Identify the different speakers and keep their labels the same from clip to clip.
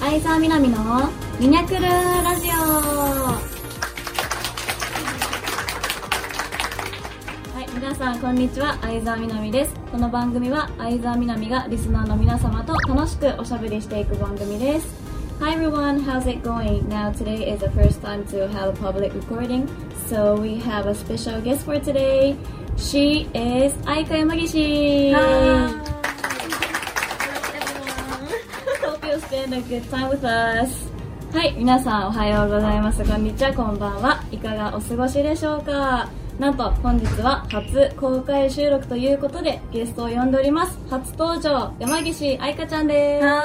Speaker 1: 相沢みなみのミニャクルラジオはい、皆さんこんにちは、相沢みなみです。この番組は相沢みなみがリスナーの皆様と楽しくおしゃべりしていく番組です。Hi everyone, how's it going? Now today is the first time to have a public recording, so we have a special guest for today. She is Aika Yamagishi. Hope you spend a good time with us. はい、皆さんおはようございます。こんにちは、こんばんは。いかがお過ごしでしょうかなんと本日は初公開収録ということでゲストを呼んでおります。初登場、山岸愛香ちゃんです。
Speaker 2: はーい。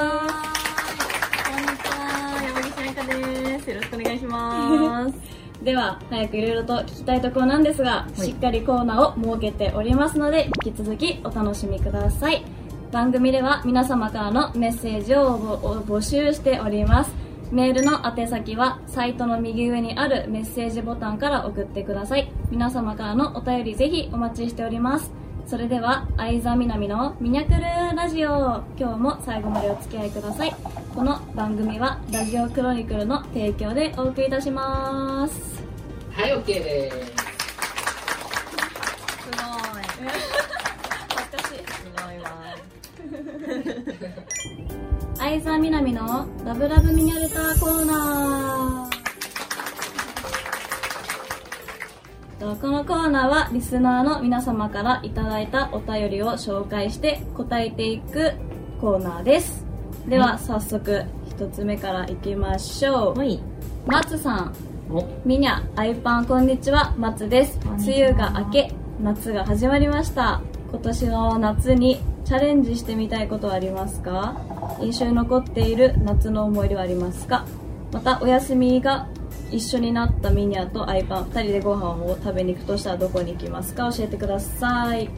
Speaker 2: こんにちは、山岸彩香です。よろしくお願いします。
Speaker 1: では早くいろいろと聞きたいところなんですが、
Speaker 2: い
Speaker 1: しっかりコーナーを設けておりますので引き続きお楽しみください番組では皆様からのメッセージをぼを募集しておりますメールの宛先はサイトの右上にあるメッセージボタンから送ってください皆様からのお便りぜひお待ちしておりますそれでは相沢みなみのミニャクルラジオ今日も最後までお付き合いくださいこの番組はラジオクロニクルの提供でお送りいたします
Speaker 3: はい、OK です。
Speaker 2: すごい。
Speaker 1: 懐かしい
Speaker 2: すごいわ。
Speaker 1: 相沢みなみのラブラブミニャルターコーナーとこのコーナーはリスナーの皆様からいただいたお便りを紹介して答えていくコーナーですでは早速一つ目からいきましょう
Speaker 2: い。
Speaker 1: 松さん
Speaker 3: お、
Speaker 1: みにゃ、あいぱん、こんにちは、松です。
Speaker 2: こんにち
Speaker 1: 梅
Speaker 2: は
Speaker 1: 雨が明け、夏が始まりました。今年の夏にチャレンジしてみたいことはありますか印象に残っている夏の思い出はありますかまた、お休みが一緒になったミニャとアイパン、二人でご飯を食べに行くとしたらどこに行きますか教えてください。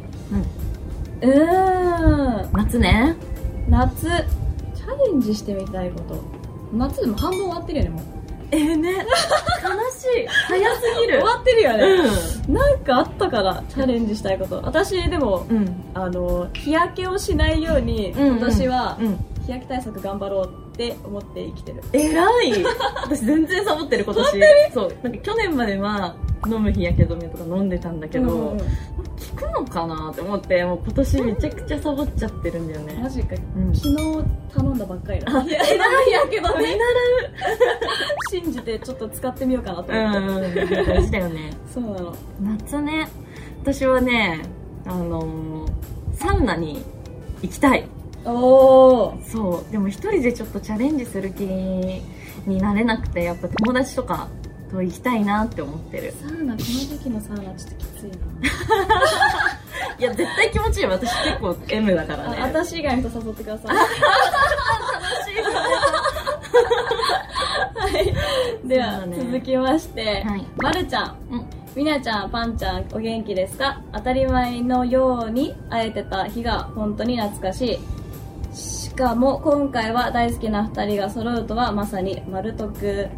Speaker 2: うん。
Speaker 1: うーん、
Speaker 2: 夏ね。
Speaker 1: 夏、チャレンジしてみたいこと。夏でも半分終わってるよね、もう。
Speaker 2: えー、ね。悲しい。早すぎ
Speaker 1: 終
Speaker 2: る。
Speaker 1: わってるよね。なんかあったからチャレンジしたいこと私でも、
Speaker 2: うん。うん。
Speaker 1: あの日焼けをしないように、
Speaker 2: うん
Speaker 1: 私は
Speaker 2: うん。
Speaker 1: 日焼け対策頑張ろうって思って生きてる
Speaker 2: えらい。 私全然サボってる今年。そう。なんか去年までは、飲む日焼け止めとか飲んでたんだけど、
Speaker 1: うんうん
Speaker 2: 効くのかなって思って、もう今年めちゃくちゃサボっちゃってるんだよ
Speaker 1: マ
Speaker 2: ね。
Speaker 1: ジか
Speaker 2: うん。
Speaker 1: 昨日頼んだばっかりだ
Speaker 2: あ
Speaker 1: いやえらいやけど
Speaker 2: な
Speaker 1: ね信じてちょっと使ってみようかなと
Speaker 2: う
Speaker 1: 思って、
Speaker 2: ん。大事だよね。
Speaker 1: そうなの
Speaker 2: 夏ね私はねあのーサウナに行きたい
Speaker 1: おー
Speaker 2: そうでも一人でちょっとチャレンジする気になれなくてやっぱ友達とかと行きたいなって思ってる
Speaker 1: サウナこの時期のサウナちょっときついない
Speaker 2: や絶対気持ちいいよ私結構 M だからね
Speaker 1: あ私以外の人誘ってくだ さい
Speaker 2: 楽しいわ
Speaker 1: はいでは、
Speaker 2: そうだね
Speaker 1: 続きまして、
Speaker 2: はい
Speaker 1: まるちゃん
Speaker 2: うん
Speaker 1: みなちゃん、パンちゃん、お元気ですか当たり前のように会えてた日が本当に懐かしい。しかも今回は大好きな二人が揃うとはまさに丸得。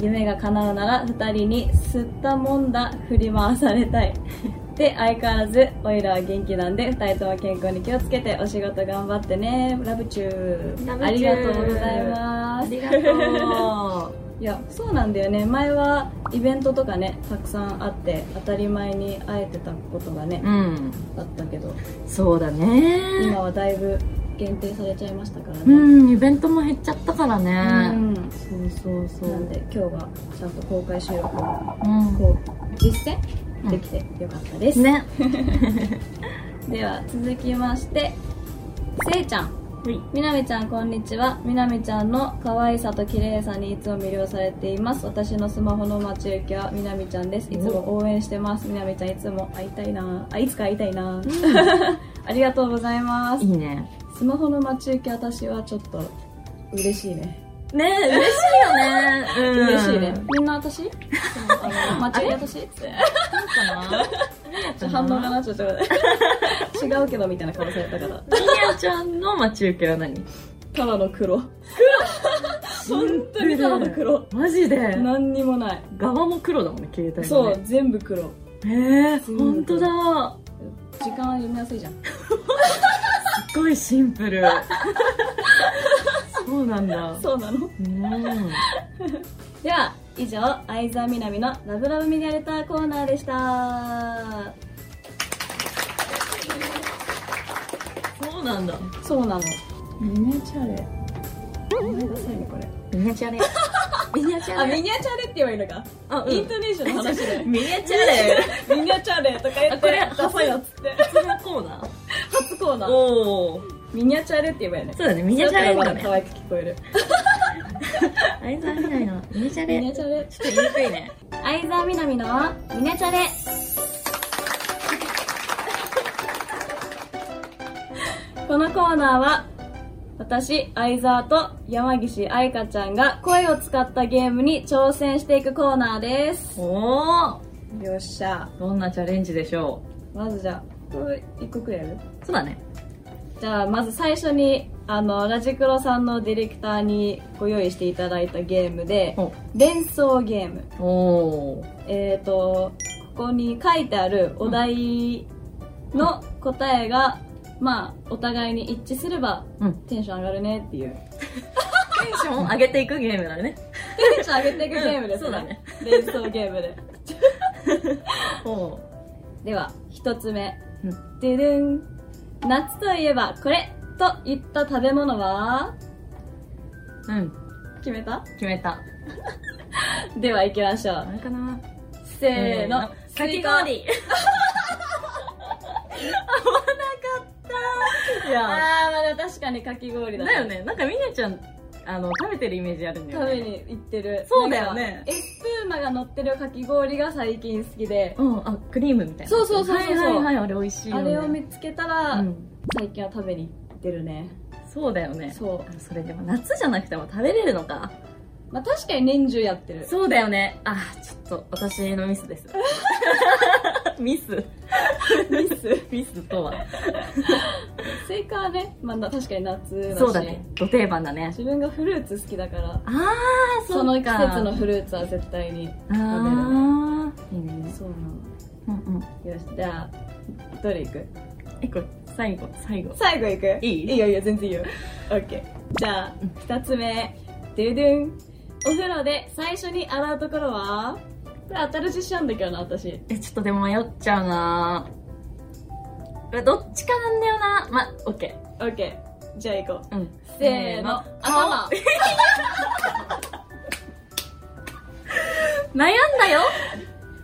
Speaker 1: 夢が叶うなら二人に吸ったもんだ振り回されたい。 で、相変わらず、おいらは元気なんで、二人とも健康に気をつけてお仕事頑張ってね。ラブチュー。
Speaker 2: ラブ
Speaker 1: あり
Speaker 2: チュー
Speaker 1: がとうございま
Speaker 2: あ
Speaker 1: す。
Speaker 2: りがと
Speaker 1: いやそうなんだよね前はイベントとかねたくさんあって当たり前に会えてたことがね
Speaker 2: う、うん
Speaker 1: だったけど
Speaker 2: そうだね
Speaker 1: 今はだいぶ限定されちゃいましたから
Speaker 2: う
Speaker 1: ね
Speaker 2: んイベントも減っちゃったから
Speaker 1: う
Speaker 2: ね、そうそうそう
Speaker 1: なんで今日はちゃんと公開収録も
Speaker 2: う
Speaker 1: こう実践できてよかったです、
Speaker 2: んね
Speaker 1: では続きましてせいちゃんみなみちゃんこんにちはみなみちゃんの可愛さと綺麗さにいつも魅了されています私のスマホの待ち受けはみなみちゃんですいつも応援してますみなみちゃんいつも会いたいなあいつか会いたいな ありがとうございま
Speaker 2: い
Speaker 1: す
Speaker 2: いね
Speaker 1: スマホの待ち受け私はちょっと嬉しいね、
Speaker 2: ねえ、嬉しいよね。うん
Speaker 1: 嬉しいねみんな私そのあの待ち受け私って
Speaker 2: そうかな。
Speaker 1: ちょっと反応がなちょっと 違うけどみたいな顔されたから
Speaker 2: みやちゃんの待ち受けは何
Speaker 1: ただの黒本
Speaker 2: 本
Speaker 1: 当にただの。黒
Speaker 2: マジで
Speaker 1: 何にもない
Speaker 2: 側も黒だもんね、携帯
Speaker 1: そ
Speaker 2: の
Speaker 1: う
Speaker 2: ね。
Speaker 1: 全部黒
Speaker 2: ええ
Speaker 1: 全部
Speaker 2: 本当だ。
Speaker 1: 時間は読みやすいじゃん
Speaker 2: すっごいシンプル。そうそうなんだ
Speaker 1: そうなの
Speaker 2: うん
Speaker 1: では以上相沢みなみの「ラブラブミディアレター」コーナーでした
Speaker 2: そうなんだ
Speaker 1: そうなの
Speaker 4: ミニチュアレ名前ダサいねこれ
Speaker 2: ミニチュアレミニチュ
Speaker 1: あ
Speaker 2: ア
Speaker 1: ミ
Speaker 2: レ
Speaker 1: ニアチャレって言えばいいのか、
Speaker 2: あ
Speaker 1: イントネーションの話 で
Speaker 2: ミニチュアレ
Speaker 1: ミニアチャレとか言って
Speaker 2: あこれ
Speaker 1: ダサいよっつって
Speaker 2: そんなコーナー
Speaker 1: 初コーナー
Speaker 2: おお
Speaker 1: ミニアチャレって言えばいいのか
Speaker 2: そうだねミニチュア
Speaker 1: だ
Speaker 2: レだ
Speaker 1: からまだ可
Speaker 2: ね
Speaker 1: 愛く聞こえる
Speaker 2: あいつみたいなミニチュアレ
Speaker 1: ミニチュアレ
Speaker 2: ちょっと言いにくいね
Speaker 1: 相沢みなみのミニチャレこのコーナーは私相沢と山岸愛香ちゃんが声を使ったゲームに挑戦していくコーナーです
Speaker 2: おお
Speaker 1: よっしゃ
Speaker 2: どんなチャレンジでしょ
Speaker 1: まずじゃあこれ一個くらいやる
Speaker 2: うそうだね
Speaker 1: じゃあまず最初にあのラジクロさんのディレクターにご用意していただいたゲームで
Speaker 2: お
Speaker 1: 連想ゲーム
Speaker 2: おー
Speaker 1: えっ、と、ここに書いてあるお題の答えが、まあ、お互いに一致すれば、
Speaker 2: うん
Speaker 1: テンション上がるねっていう。
Speaker 2: テンションを上げていくゲームだね
Speaker 1: テンション上げていくゲー ムです
Speaker 2: うんそうだね。
Speaker 1: 連想ゲームで。
Speaker 2: おお
Speaker 1: では、一つ目。
Speaker 2: う
Speaker 1: でるん。夏といえばこれといった食べ物は
Speaker 2: うん
Speaker 1: 決めた
Speaker 2: 決めた
Speaker 1: では行きましょ
Speaker 2: あ
Speaker 1: う。
Speaker 2: れかな
Speaker 1: せーの。
Speaker 2: か き氷合わなかったい
Speaker 1: あー、
Speaker 2: や
Speaker 1: まだ確かにかき氷だ
Speaker 2: だよねなんかみねちゃんあの食べてるイメージあるんだよ
Speaker 1: 食
Speaker 2: ね
Speaker 1: べに行ってる
Speaker 2: そうだよね
Speaker 1: なんかエスプーマが乗ってるかき氷が最近好きで、
Speaker 2: うんあクリームみたいな
Speaker 1: そうそうそうそうそう
Speaker 2: はいはいはいあれ美味しいよ
Speaker 1: あ
Speaker 2: ね
Speaker 1: れを見つけたら、
Speaker 2: うん
Speaker 1: 最近は食べに行ってるね
Speaker 2: そうだよね
Speaker 1: そう
Speaker 2: あそれでも夏じゃなくても食べれるのか
Speaker 1: まあ確かに年中やってる
Speaker 2: そうだよねあちょっと私のミ スですミス
Speaker 1: ミス
Speaker 2: ミスとは
Speaker 1: スイカはね、まあ、な確かに夏だし
Speaker 2: そうだねど定番だね
Speaker 1: 自分がフルーツ好きだから
Speaker 2: ああ
Speaker 1: その季節のフルーツは絶対に食べるね
Speaker 2: ああいいね
Speaker 1: そうなの
Speaker 2: うんうん
Speaker 1: よしじゃあどれいく
Speaker 2: えこれ最後最後
Speaker 1: 最後いく
Speaker 2: いい
Speaker 1: いいよいいよ全然いいよ OK じゃあ2つ目ドゥドゥンお風呂で最初に洗うところはこれ当たる自信あるんだけどな私
Speaker 2: えちょっとでも迷っちゃうなうわどっちかなんだよなまオッケ
Speaker 1: OK じゃあ行こう
Speaker 2: ーうん
Speaker 1: せーの 頭
Speaker 2: 悩んだよ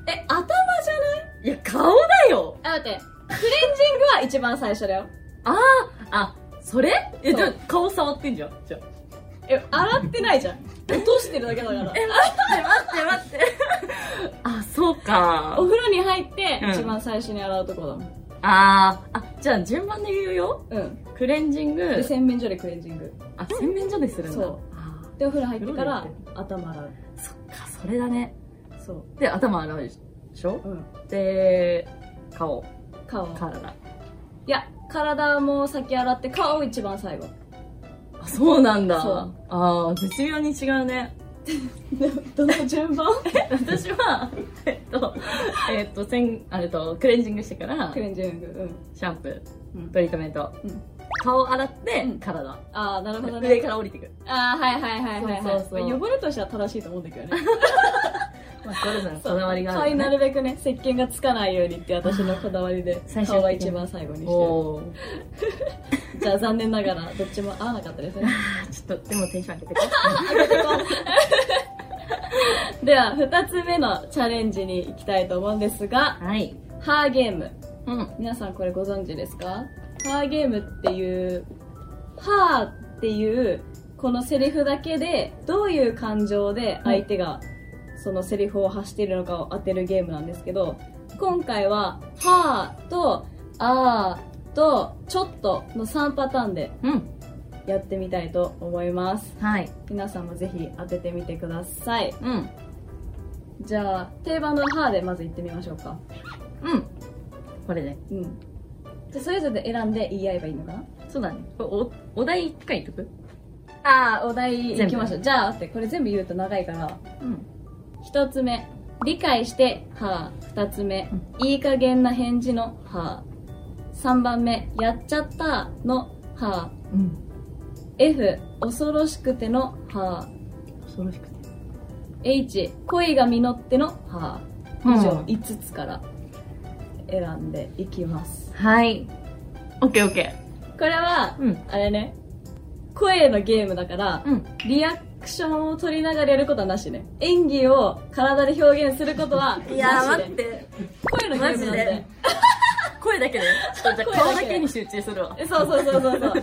Speaker 1: え頭じゃない
Speaker 2: いや顔だよ
Speaker 1: あ待ってクレンジングは一番最初だよ
Speaker 2: あああそれえ
Speaker 1: そう
Speaker 2: じゃあ顔触ってんじゃんじゃあ
Speaker 1: え洗ってないじゃん 落としてるだけだから
Speaker 2: え待って待って 待ってあそうか
Speaker 1: お風呂に入って
Speaker 2: うん
Speaker 1: 一番最初に洗うとこだもん
Speaker 2: あーあじゃあ順番で言うよ
Speaker 1: うん
Speaker 2: クレンジング
Speaker 1: で洗面所でクレンジング
Speaker 2: あ洗面所でするんだ
Speaker 1: そう
Speaker 2: あ
Speaker 1: でお風呂入ってから
Speaker 2: 風呂
Speaker 1: 頭洗う
Speaker 2: ーそっかそれだね
Speaker 1: そ
Speaker 2: で頭洗うでしょ
Speaker 1: ううん
Speaker 2: で顔
Speaker 1: 顔
Speaker 2: 体
Speaker 1: いや、体も先洗って、顔を一番最後。
Speaker 2: あそうなんだ
Speaker 1: そう
Speaker 2: ああ絶妙に違うね
Speaker 1: どの順番
Speaker 2: 私 はえっとえっと洗あえっとクレンジングしてから
Speaker 1: クレンジング。うん。
Speaker 2: シャンプー
Speaker 1: うん
Speaker 2: トリートメント、
Speaker 1: うん
Speaker 2: 顔洗って、
Speaker 1: うん
Speaker 2: 体
Speaker 1: あー、なるほど
Speaker 2: 上
Speaker 1: ね。
Speaker 2: から降りてくる、
Speaker 1: あー、はいはいはいはい、はい。
Speaker 2: そうそうそう
Speaker 1: 汚れとしては正しいと思うんだけど ね。
Speaker 2: まあ、それぞれのこだ わりがあ
Speaker 1: 顔
Speaker 2: る
Speaker 1: に
Speaker 2: よね、
Speaker 1: なるべくね、石鹸がつかないようにって私のこだわりで、
Speaker 2: 最
Speaker 1: 顔
Speaker 2: 終的に
Speaker 1: は一番最後にし
Speaker 2: おー
Speaker 1: てる。 じゃあ残念ながら、どっちも合わなかったですね。
Speaker 2: あちょっとでもテンション上げてくる
Speaker 1: では、二つ目のチャレンジに行きたいと思うんですが、
Speaker 2: はい
Speaker 1: ハーゲーム。
Speaker 2: うん
Speaker 1: 皆さんこれご存知ですかハーゲームっていう、ハーっていう、このセリフだけで、どういう感情で相手が、そのセリフを発しているのかを当てるゲームなんですけど、今回は、ハーと、あーと、ちょっとの3パターンで
Speaker 2: うん
Speaker 1: やってみたいと思います。
Speaker 2: はい
Speaker 1: 皆さんもぜひ当ててみてください。
Speaker 2: うん
Speaker 1: じゃあ、定番のハーでまず行ってみましょうか。
Speaker 2: うんこれで
Speaker 1: うん。じゃあ、それぞれで選んで言い合えばいいのかな
Speaker 2: そうだねこれおお題一回いっとく
Speaker 1: ああ、お題
Speaker 2: 全
Speaker 1: い
Speaker 2: 部
Speaker 1: きましょう。じゃあ、待って、これ全部言うと長いから。
Speaker 2: うん
Speaker 1: 一つ目、理解して、はあ。二つ目
Speaker 2: う、
Speaker 1: いい加減な返事の、はあ。三番目、やっちゃった、の、はあ。
Speaker 2: うん
Speaker 1: F 恐ろしくてのは
Speaker 2: 恐ろしくて
Speaker 1: H 恋が実ってのは以
Speaker 2: うん
Speaker 1: 上5つから選んでいきます
Speaker 2: はいオッケーオッケ
Speaker 1: これは
Speaker 2: ーうん
Speaker 1: あれね声のゲームだから
Speaker 2: うん
Speaker 1: リアクションを取りながらやることはなしね演技を体で表現することはなしで
Speaker 2: いやー待って
Speaker 1: 声のゲームなん
Speaker 2: マジで
Speaker 1: で
Speaker 2: 声だけでちょっとじゃあ顔だけに集中するわ
Speaker 1: えそうそうそう そうそう頭の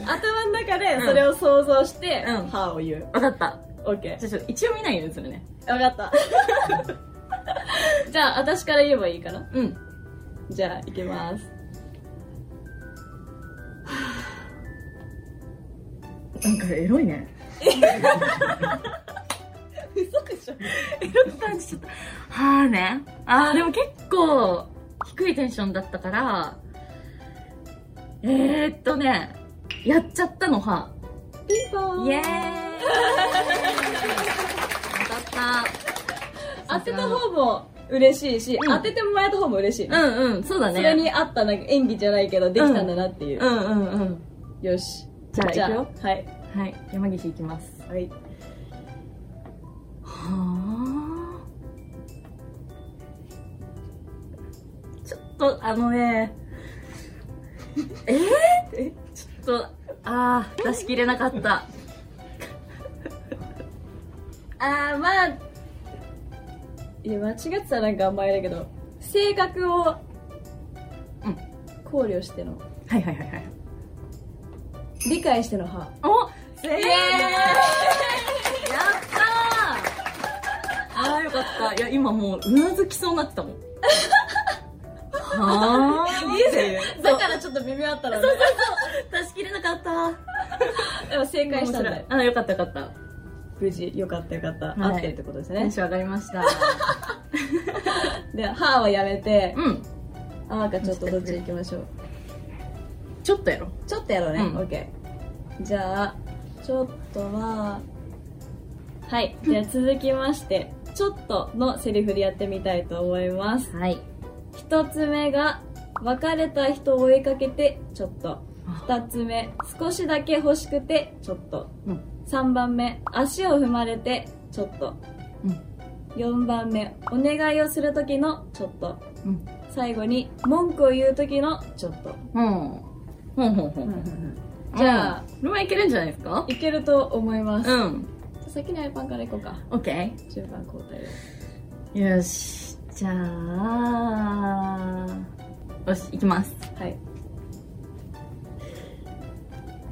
Speaker 1: 中でそれを想像して
Speaker 2: うん
Speaker 1: 「は」を言う
Speaker 2: 分かった
Speaker 1: オッケー
Speaker 2: じゃあちょっと一応見ないようにするね
Speaker 1: 分かった じゃあ私から言えばいいかな
Speaker 2: うん
Speaker 1: じゃあいきます
Speaker 4: なんかエロいね。
Speaker 1: 嘘でしょ
Speaker 2: 感じちゃった。はあね。ああ、でも結構低いテンションだったから、えー、っとね、やっちゃったのは、
Speaker 1: ピンポーン
Speaker 2: イエーイ当たっ
Speaker 1: 当てた方も嬉しいし、
Speaker 2: うん
Speaker 1: 当ててもらえた方も嬉しい、
Speaker 2: た。うんうん、そうだね。
Speaker 1: それに合ったなんか演技じゃないけどできたんだなっていう
Speaker 2: う、んうんうん。
Speaker 1: よし
Speaker 2: じゃあ
Speaker 1: じ
Speaker 2: 行
Speaker 1: ゃ
Speaker 2: く
Speaker 1: あはい
Speaker 2: よ。はい、山岸いきます。
Speaker 1: はい
Speaker 2: はあ。ちょっと、あのね、 えー、えちょっと、あー、出し切れなかった。あー、まあ、
Speaker 1: いや間違ってたらなんかあんまりだけど性格を
Speaker 2: うん
Speaker 1: 考慮しての
Speaker 2: はいはいはいはい。
Speaker 1: 理解しての歯
Speaker 2: お
Speaker 1: 正解
Speaker 2: イエーイやったーあー、よかった。いや、今もう、うなずきそうになってたもん。 はーっていう
Speaker 1: だからちょっと微妙だったのね
Speaker 2: 出し切れなかった。
Speaker 1: でも正解したんだよ
Speaker 2: あー、よかったよかった。
Speaker 1: 無事よかったよかった、
Speaker 2: はい
Speaker 1: 合ってるってことです
Speaker 2: テ
Speaker 1: ね
Speaker 2: ンション上がりました。
Speaker 1: で歯はやめて
Speaker 2: うん。
Speaker 1: あーかちょっとどっち行きましょう
Speaker 2: ちょっとやろう。
Speaker 1: ちょっとやろうね、
Speaker 2: うん
Speaker 1: オッケーじゃあちょっとははいじゃあ続きまして「ちょっと」のセリフでやってみたいと思います
Speaker 2: はい。
Speaker 1: 一つ目が「別れた人を追いかけてちょっと」
Speaker 2: あ
Speaker 1: 二つ目「少しだけ欲しくてちょっと
Speaker 2: うん」
Speaker 1: 三番目「足を踏まれてちょっと
Speaker 2: うん」
Speaker 1: 四番目「お願いをする時のちょっと
Speaker 2: うん」
Speaker 1: 最後に「文句を言う時のちょっと
Speaker 2: うん。ほんほんほ」ん。
Speaker 1: じゃあ、
Speaker 2: これはいけるんじゃないですか
Speaker 1: いけると思います
Speaker 2: うん。
Speaker 1: 先にアイパンから行こうか
Speaker 2: オッケ
Speaker 1: 順番交代で
Speaker 2: ー。よし。じゃあ、よし、いきます。
Speaker 1: はい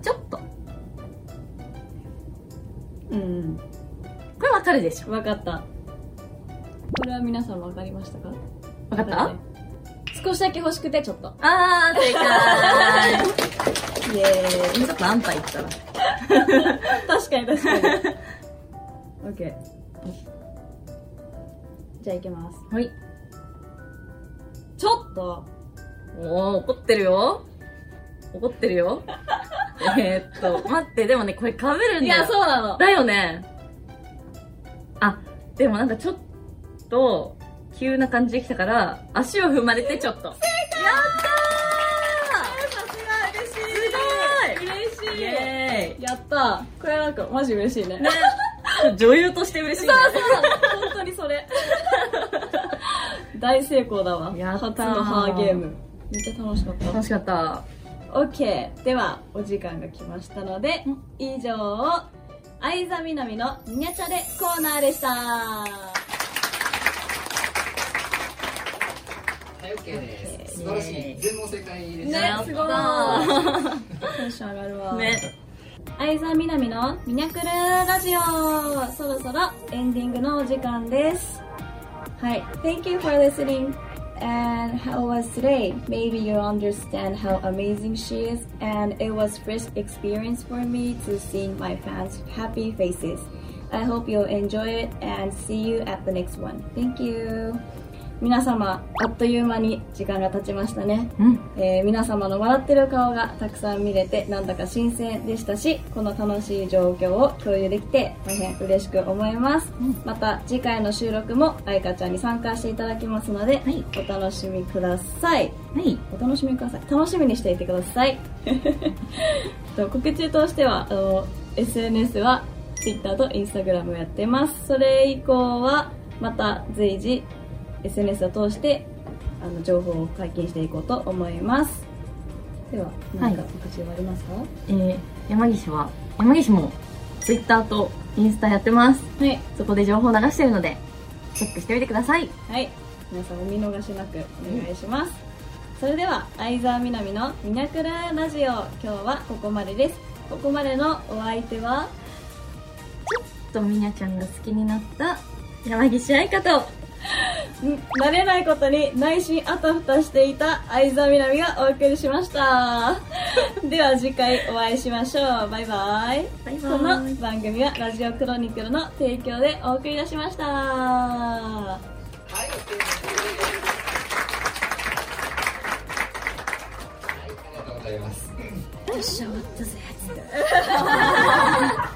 Speaker 2: ちょっと。こ
Speaker 1: うん
Speaker 2: れわかるでしょ。
Speaker 1: 分かったこれは皆さん分かりましたか
Speaker 2: わかった、
Speaker 1: わかった少しだけ欲しくてちょっと
Speaker 2: あー、正解
Speaker 1: イエーイ
Speaker 2: ちょっとあんた言ったら。
Speaker 1: 確かに確かに OK じゃあ行きます
Speaker 2: はい。
Speaker 1: ちょっと
Speaker 2: おー、怒ってるよ。怒ってるよ。えーっと、待って、でもね、これ被るんだよ。
Speaker 1: いやそうなの
Speaker 2: だよね。あ、でもなんかちょっと、急な感じできたから、足を踏まれてちょっと。正解やったーさすが嬉しい
Speaker 1: 嬉
Speaker 2: すごいイエーイ
Speaker 1: やったこれなんかマジ嬉しいね
Speaker 2: ね、ちょっと女優として嬉しいね。
Speaker 1: 本当にそれ 大成功だわ
Speaker 2: やったー
Speaker 1: 初のハーゲームめっちゃ楽しかった
Speaker 2: 楽しかった。
Speaker 1: OK ではお時間が来ましたので
Speaker 2: うん
Speaker 1: 以上相座みなみのニャチャレコーナーでした
Speaker 3: はい、OK です。素晴
Speaker 2: OK
Speaker 3: らしい。全問正解でし
Speaker 1: ね
Speaker 3: た。
Speaker 1: すごいテンション上がるわ、
Speaker 2: ね。
Speaker 1: 相沢みなみのミニャクルラジオそろそろエンディングのお時間ですはい Thank you for listening and how was today maybe you understand how amazing she is and it was first experience for me to see my fans happy faces I hope you'll enjoy it and see you at the next one Thank you 皆様あっという間に時間が経ちましたね
Speaker 2: うん。
Speaker 1: えー皆様の笑ってる顔がたくさん見れてなんだか新鮮でしたしこの楽しい状況を共有できて大変嬉しく思います、
Speaker 2: うん
Speaker 1: また次回の収録も愛花ちゃんに参加していただきますので、
Speaker 2: はい
Speaker 1: お楽しみください
Speaker 2: はい。
Speaker 1: お楽し みください楽しみにしていてくださいと告知としてはあの SNS は Twitter と Instagram をやってますそれ以降はまた随時 SNS を通してあの情報を解禁していこうと思いますでは何か告知はありますか
Speaker 2: えー、山岸は、山岸も Twitter とインスタやってます。
Speaker 1: はい
Speaker 2: そこで情報流してるので、チェックしてみてください。
Speaker 1: はい皆さんお見逃しなくお願いします、それでは相沢みなみの「ミナクルラジオ」今日はここまでですここまでのお相手は
Speaker 2: と、みなちゃんが好きになった山岸愛香と、
Speaker 1: ん慣れないことに内心あたふたしていた相沢みなみがお送りしました では次回お会いしましょうバイバイ
Speaker 2: バイバイ
Speaker 1: この番組は「ラジオクロニクル」の提供でお送りいたしました
Speaker 3: はい、お手元はい、ありがとうございます。
Speaker 1: よっしゃ終わったぜ